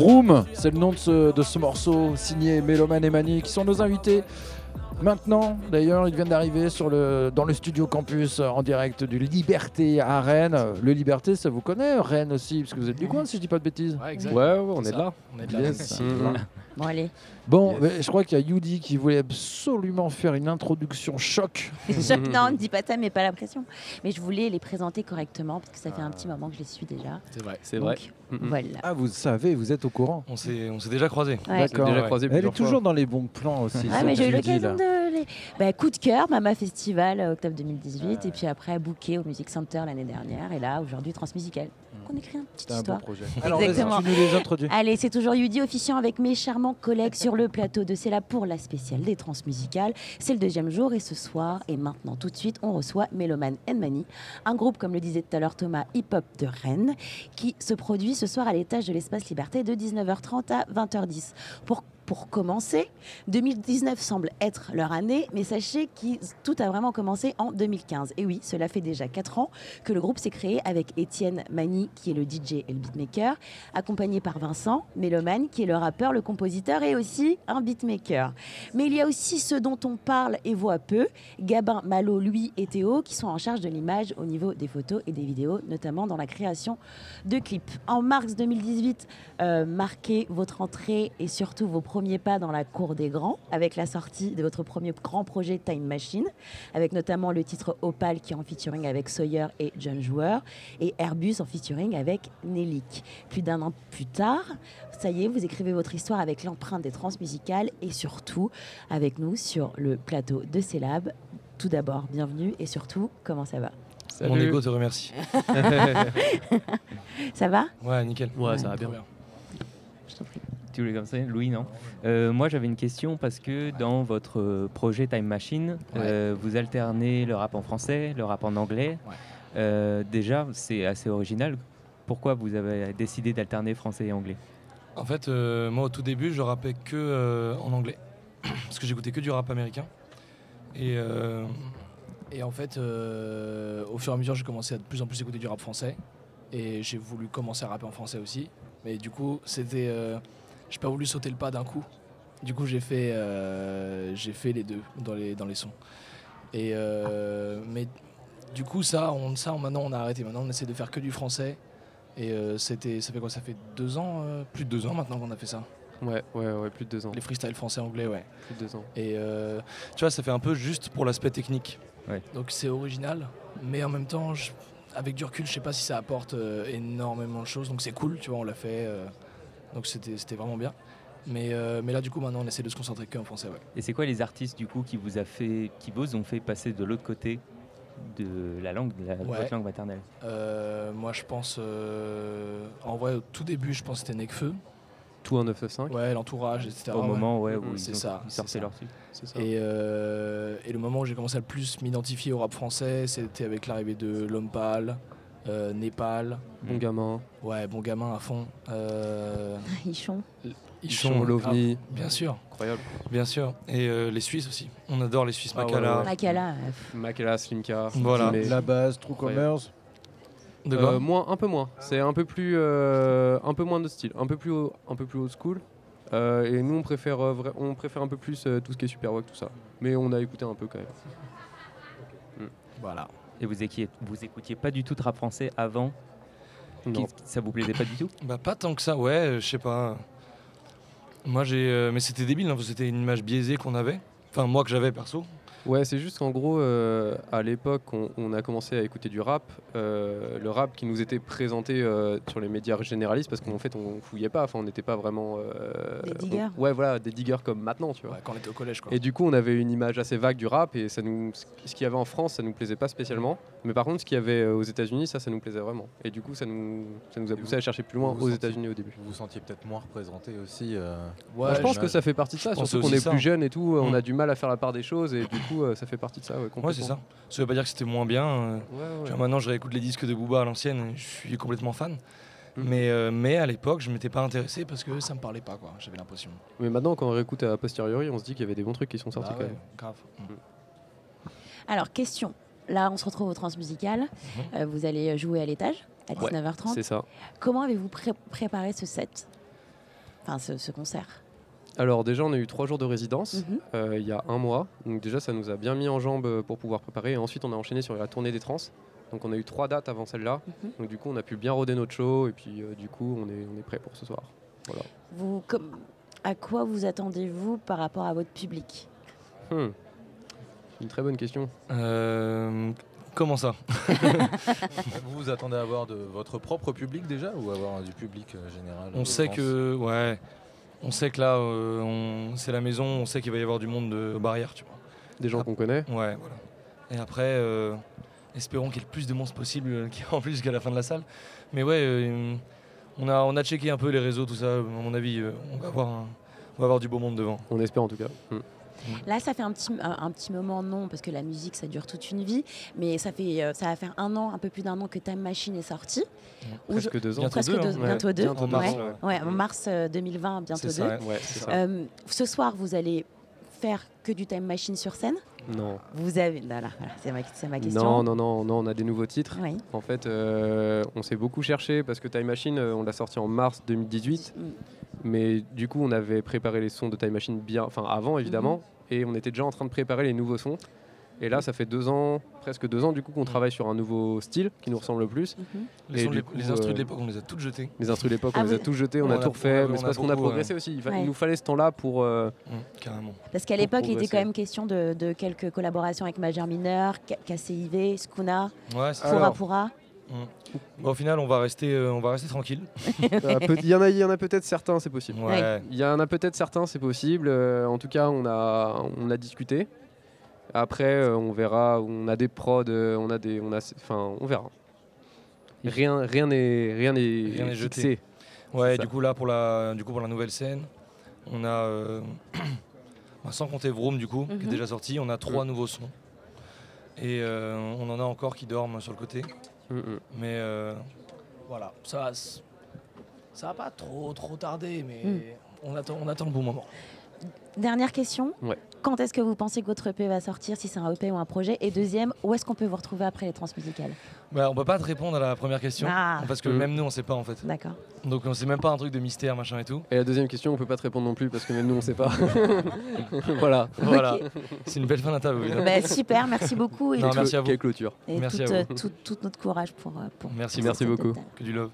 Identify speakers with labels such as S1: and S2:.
S1: Room, c'est le nom de ce, de ce morceau signé Méloman et Mani qui sont nos invités. Maintenant, d'ailleurs, ils viennent d'arriver sur le, dans le studio campus en direct du Liberté à Rennes. Le Liberté, ça vous connaît, Rennes aussi, parce que vous êtes du coin, si je dis pas de bêtises.
S2: Ouais,
S3: exact.
S2: exact.
S3: Ouais,
S2: on est, de là. On est de là.
S1: Yes.
S3: Mhm.
S4: Bon, allez.
S1: Bon, mais je crois qu'il y a Yudi qui voulait absolument faire une introduction choc.
S4: Je- non, ne dis pas ça, mais pas la pression. Mais je voulais les présenter correctement parce que ça fait un petit moment que je les suis déjà.
S2: C'est vrai.
S3: C'est vrai.
S4: Donc,
S3: Mhm.
S4: Voilà.
S1: Ah, vous savez, vous êtes au courant.
S2: On s'est on s'est déjà croisés.
S4: Ouais.
S3: On s'est
S1: D'accord.
S3: déjà
S2: Ouais.
S3: croisé
S1: Elle est
S3: plusieurs
S1: toujours dans les bons plans aussi.
S4: Ah,
S1: cette
S4: mais j'ai eu
S1: Judy,
S4: l'occasion
S1: là.
S4: de les. Bah, coup de cœur, Mama Festival, euh, octobre 2018, et puis après, bouquet au Music Center l'année dernière, et là, aujourd'hui, Transmusical. Donc, on écrit une petite
S1: C'était un bon
S4: histoire.
S1: projet. Alors, vas-y, tu
S4: Exactement.
S1: nous les introduis.
S4: Allez, c'est toujours Yudi officiant avec mes charmants collègues sur le plateau de C'est là pour la spéciale des transmusicales. C'est le deuxième jour et ce soir et maintenant tout de suite, on reçoit Meloman Mani, un groupe comme le disait tout à l'heure Thomas Hip Hop de Rennes qui se produit ce soir à l'étage de l'Espace Liberté de 19h30 à 20h10. Pour pour commencer, 2019 semble être leur année, mais sachez que tout a vraiment commencé en 2015. Et oui, cela fait déjà 4 ans que le groupe s'est créé avec Étienne Mani, qui est le DJ et le beatmaker, accompagné par Vincent, Méloman, qui est le rappeur, le compositeur et aussi un beatmaker. Mais il y a aussi ceux dont on parle et voit peu, Gabin, Malo, lui et Théo, qui sont en charge de l'image au niveau des photos et des vidéos, notamment dans la création de clips. En mars 2018, euh, marquez votre entrée et surtout vos premiers pas dans la cour des grands, avec la sortie de votre premier grand projet Time Machine, avec notamment le titre Opal qui est en featuring avec Sawyer et John Joueur, et Airbus en featuring avec Nelik plus d'un an plus tard, ça y est, vous écrivez votre histoire avec l'empreinte des transmusicales et surtout avec nous sur le plateau de Célab. Tout d'abord, bienvenue et surtout, comment ça va
S3: Salut.
S2: Mon ego te remercie.
S4: Ça va
S2: Ouais, nickel.
S4: Ouais, ça va
S2: Trop
S4: bien. Je t'en prie.
S5: Tu voulais comme ça, Louis, non Euh, Moi, j'avais une question parce que dans votre euh, projet Time Machine,
S2: Ouais.
S5: euh, vous alternez le rap en français, le rap en anglais.
S2: Ouais.
S5: Euh, déjà, c'est assez original. Pourquoi vous avez décidé d'alterner français et anglais
S2: En fait, euh, moi au tout début, je rappais que euh, en anglais. Parce que j'écoutais que du rap américain. Et, euh,
S6: Et en fait, euh, au fur et à mesure, j'ai commencé à de plus en plus écouter du rap français. Et j'ai voulu commencer à rapper en français aussi. Mais du coup, c'était. euh, j'ai pas voulu sauter le pas d'un coup. Du coup, j'ai fait, euh, j'ai fait les deux dans les, dans les sons. Et, euh, mais du coup, ça, on, ça on- maintenant, on a arrêté. Maintenant, on essaie de faire que du français. Et euh, c'était, ça fait quoi Ça fait deux ans, euh, plus de deux ans maintenant qu'on a fait ça.
S3: Ouais, ouais, ouais, plus de deux ans.
S6: Les freestyles français-anglais, ouais.
S3: Plus de deux ans.
S6: Et euh,
S2: tu vois, ça fait un peu juste pour l'aspect technique.
S6: Donc c'est original, mais en même temps, je- avec du recul, je sais pas si ça apporte euh, énormément de choses. Donc c'est cool, tu vois, on l'a fait. euh, donc c'était c'était vraiment bien. Mais, euh, mais là, du coup, maintenant, on essaie de se concentrer que en français. Ouais.
S5: Et c'est quoi les artistes du coup qui vous, a fait, qui vous ont fait passer de l'autre côté de la langue, de la, de
S6: Ouais.
S5: votre langue maternelle
S6: Euh, moi, je pense. euh, en vrai, au tout début, je pense que c'était Necfeu.
S3: Tout en 995,
S6: Ouais, l'entourage, etc.
S5: Au
S6: ouais.
S5: moment ouais, où
S3: Mhm.
S5: ils,
S6: C'est
S5: ont-
S6: ça,
S5: ils
S6: c'est
S5: sortaient
S6: ça.
S5: leur titre.
S3: c'est ça.
S6: Et, euh, et le moment où j'ai commencé à le plus m'identifier au rap français, c'était avec l'arrivée de L'Homme Pâle, euh, Népal.
S3: Bon gamin,
S6: Ouais, bon gamin à fond. Euh,
S4: Ichon.
S3: Ichon,
S6: grave,
S3: l'OVNI.
S6: Bien sûr.
S3: Incroyable.
S2: Bien sûr. Et euh, les Suisses aussi. On adore les Suisses
S3: Ah ouais,
S2: Macala.
S3: ouais.
S4: Makala. euh, pff.
S3: Makala, Slimka.
S4: Ah.
S2: Voilà.
S3: Kimé.
S1: La base, True
S3: Incroyable.
S1: Commerce.
S2: De quoi
S3: Euh, moins, un peu moins. C'est un peu plus, euh, un peu moins de style, un peu plus, haut- un peu plus old school. Euh, et nous, on préfère, euh, vra- on préfère un peu plus euh, tout ce qui est super rock, tout ça. Mais on a écouté un peu quand même.
S6: Voilà.
S5: Et vous écoutiez, vous écoutiez pas du tout de rap français avant
S3: Non.
S5: Qui- Ça vous plaisait pas du tout
S2: Bah pas tant que ça, ouais, euh, je sais pas. Moi j'ai... euh, mais c'était débile, hein, parce que c'était une image biaisée qu'on avait. Enfin moi que j'avais perso.
S3: Ouais, c'est juste qu'en gros, euh, à l'époque, on, on a commencé à écouter du rap. euh, le rap qui nous était présenté euh, sur les médias généralistes, parce qu'en fait, on fouillait pas. Enfin, on n'était pas vraiment. euh,
S4: Des diggers.
S3: on- ouais, voilà, des diggers comme maintenant, tu vois.
S6: Ouais, Bah, quand on était au collège, quoi.
S3: Et du coup, on avait une image assez vague du rap et ça nous, ce qu'il y avait en France, ça nous plaisait pas spécialement. Mais par contre, ce qu'il y avait euh, aux États-Unis, ça, ça nous plaisait vraiment. Et du coup, ça nous, ça nous a
S7: Et
S3: poussé
S7: vous-
S3: à chercher plus loin
S7: vous vous
S3: aux
S7: sentiez-
S3: États-Unis au début.
S7: Vous vous sentiez peut-être moins représenté aussi. euh,
S6: Ouais,
S3: je pense que
S7: j'imagine.
S3: ça fait partie de ça,
S2: Je pense
S3: surtout qu'on
S2: aussi
S3: est
S2: ça.
S3: plus jeune et tout, euh, on
S2: Mm.
S3: a du mal à faire la part des choses et du coup, euh, ça fait partie de ça. Ouais, complètement.
S2: Ouais c'est ça. Ça veut pas dire que c'était moins bien. euh,
S3: Ouais, ouais.
S2: tu vois, maintenant je réécoute les disques de Booba à l'ancienne, et je suis complètement fan.
S3: Mhm.
S2: Mais, euh, mais à l'époque je m'étais pas intéressé.
S6: c'est parce que ça me parlait pas, quoi. J'avais l'impression.
S3: Mais maintenant, quand on réécoute à posteriori, on se dit qu'il y avait des bons trucs qui sont sortis
S6: Bah
S3: quand
S6: ouais,
S3: même.
S6: grave.
S4: Alors, question. Là, on se retrouve au transmusical. Euh, vous allez jouer à l'étage à
S3: Mhm. Ouais,
S4: 19h30.
S3: C'est ça.
S4: Comment avez-vous pré- préparé ce set enfin ce, ce concert
S3: Alors déjà, on a eu trois jours de résidence
S4: Mhm.
S3: euh, il y a un mois. Donc déjà, ça nous a bien mis en jambes euh, pour pouvoir préparer. Et ensuite, on a enchaîné sur la tournée des trans. Donc on a eu trois dates avant celle-là.
S4: Mhm.
S3: Donc du coup, on a pu bien roder notre show. Et puis euh, du coup, on est, on est prêt pour ce soir. Voilà.
S4: Vous, comme, à quoi vous attendez-vous par rapport à votre public
S3: Hmm. Une très bonne question.
S2: Euh, comment ça
S7: Vous vous attendez à avoir de votre propre public déjà ou avoir du public euh, général
S2: On
S7: je
S2: sait
S7: pense
S2: que, ouais, on sait que là, euh, on- c'est la maison, on sait qu'il va y avoir du monde de barrière, tu vois.
S3: Des gens
S2: Ah.
S3: qu'on connaît.
S2: Ouais, voilà. Et après, euh, espérons qu'il y ait le plus de monde possible, euh, qui- en plus jusqu'à la fin de la salle. Mais ouais, euh, on a, on a checké un peu les réseaux, tout ça. À mon avis, euh, on va avoir, un- on va avoir du beau monde devant.
S3: On espère en tout cas. Hmm.
S4: Là, ça fait un petit, un, un petit moment, non, parce que la musique, ça dure toute une vie, mais ça, fait, euh, ça va faire un an, un peu plus d'un an que Time Machine est sorti.
S3: Mmh,
S4: Où je-
S3: Presque deux ans.
S2: Bientôt
S4: presque
S2: deux, hein,
S4: deux,
S2: ouais.
S4: bientôt deux.
S3: Bientôt
S2: En
S3: deux
S2: mars,
S4: ouais.
S3: ans,
S4: Ouais, en mars euh, 2020, bientôt
S2: C'est
S4: deux.
S2: ça, ouais.
S3: Ouais, Mmh. c'est ça.
S4: Euh, ce soir, vous allez faire que du Time Machine sur scène
S3: Non.
S4: Vous avez. Voilà, voilà, c'est ma, c'est ma question.
S3: non, non, non, non, Mmh, on a des nouveaux titres.
S4: Oui.
S3: En fait, euh, on s'est beaucoup cherché parce que Time Machine, euh, on l'a sorti en mars 2018.
S4: Mm.
S3: Mais du coup, on avait préparé les sons de Time Machine bien, enfin
S2: Mhm.
S3: avant évidemment, et on était déjà en train de préparer les nouveaux sons. Et là, ça fait deux ans, presque deux ans, du coup, qu'on travaille sur un nouveau style qui nous ressemble le plus.
S4: Mhm.
S2: Les,
S3: Et
S2: sons de
S3: du
S2: l'ép-
S3: coup,
S2: les instrus
S3: euh,
S2: de l'époque, on les a toutes jetés.
S3: Les instrus de l'époque,
S4: Ah,
S3: on les a
S4: vous-
S3: tous jetés, on,
S2: On
S3: a
S2: a-
S3: tout
S2: on a-
S3: refait,
S2: on
S3: mais c'est
S2: a
S3: parce qu'on a
S2: beaucoup,
S3: progressé aussi. Il, fa- il
S4: Ouais.
S3: nous fallait ce temps-là pour. euh,
S2: Hum, carrément.
S4: Parce qu'à
S3: Pour
S4: l'époque, il était
S3: progresser.
S4: quand même question de, de quelques collaborations avec Major Mineur, K- KCIV, Skuna,
S2: Ouais, c'est
S4: Foura
S2: ça.
S4: Poura.
S2: Bah, au final, on va rester, euh, on va rester tranquille.
S3: euh, peut- Il y en a, il y en a peut-être certains, c'est possible.
S2: Ouais.
S3: Il y en a peut-être certains, c'est possible. Euh, en tout cas, on a, on a discuté. Après, euh, on verra. On a des prods, euh, on a des, on a, enfin, on verra. Rien, rien n'est, rien n'est,
S2: Rien n'est jeté.
S3: fixé.
S2: Ouais,
S3: C'est
S2: du
S3: ça.
S2: coup là pour la, du coup pour la nouvelle scène, on a, euh, bah, sans compter Vroom du coup, qui
S4: Mhm.
S2: est déjà sorti, on a trois nouveaux sons. Et euh, on en a encore qui dorment hein, sur le côté,
S3: Mm, mm.
S2: mais euh,
S6: Voilà, ça va, s- ça va pas trop trop tarder, mais
S4: Mm.
S6: on, attend, on attend le bon moment.
S4: Dernière question.
S3: Ouais.
S4: Quand est-ce que vous pensez que votre EP va sortir, si c'est un EP ou un projet Et deuxième, où est-ce qu'on peut vous retrouver après les transmusicales
S2: bah, on peut pas te répondre à la première question
S4: Ah.
S2: parce que
S3: Mhm.
S2: même nous on sait pas en fait.
S4: D'accord.
S2: Donc on sait même pas un truc de mystère machin et tout.
S3: Et la deuxième question, on peut pas te répondre non plus parce que même nous, on sait pas. voilà.
S2: Voilà, c'est une belle fin d'interview. évidemment.
S4: Bah, super, merci beaucoup. Et,
S2: Non,
S4: tout-
S2: Ah, merci à vous.
S3: Quelle clôture.
S4: et
S2: merci
S4: tout,
S2: à
S4: euh, tout- tout notre courage pour. euh, pour
S2: Merci,
S4: pour
S3: merci
S4: cette
S3: beaucoup.
S4: totale.
S2: Que du love.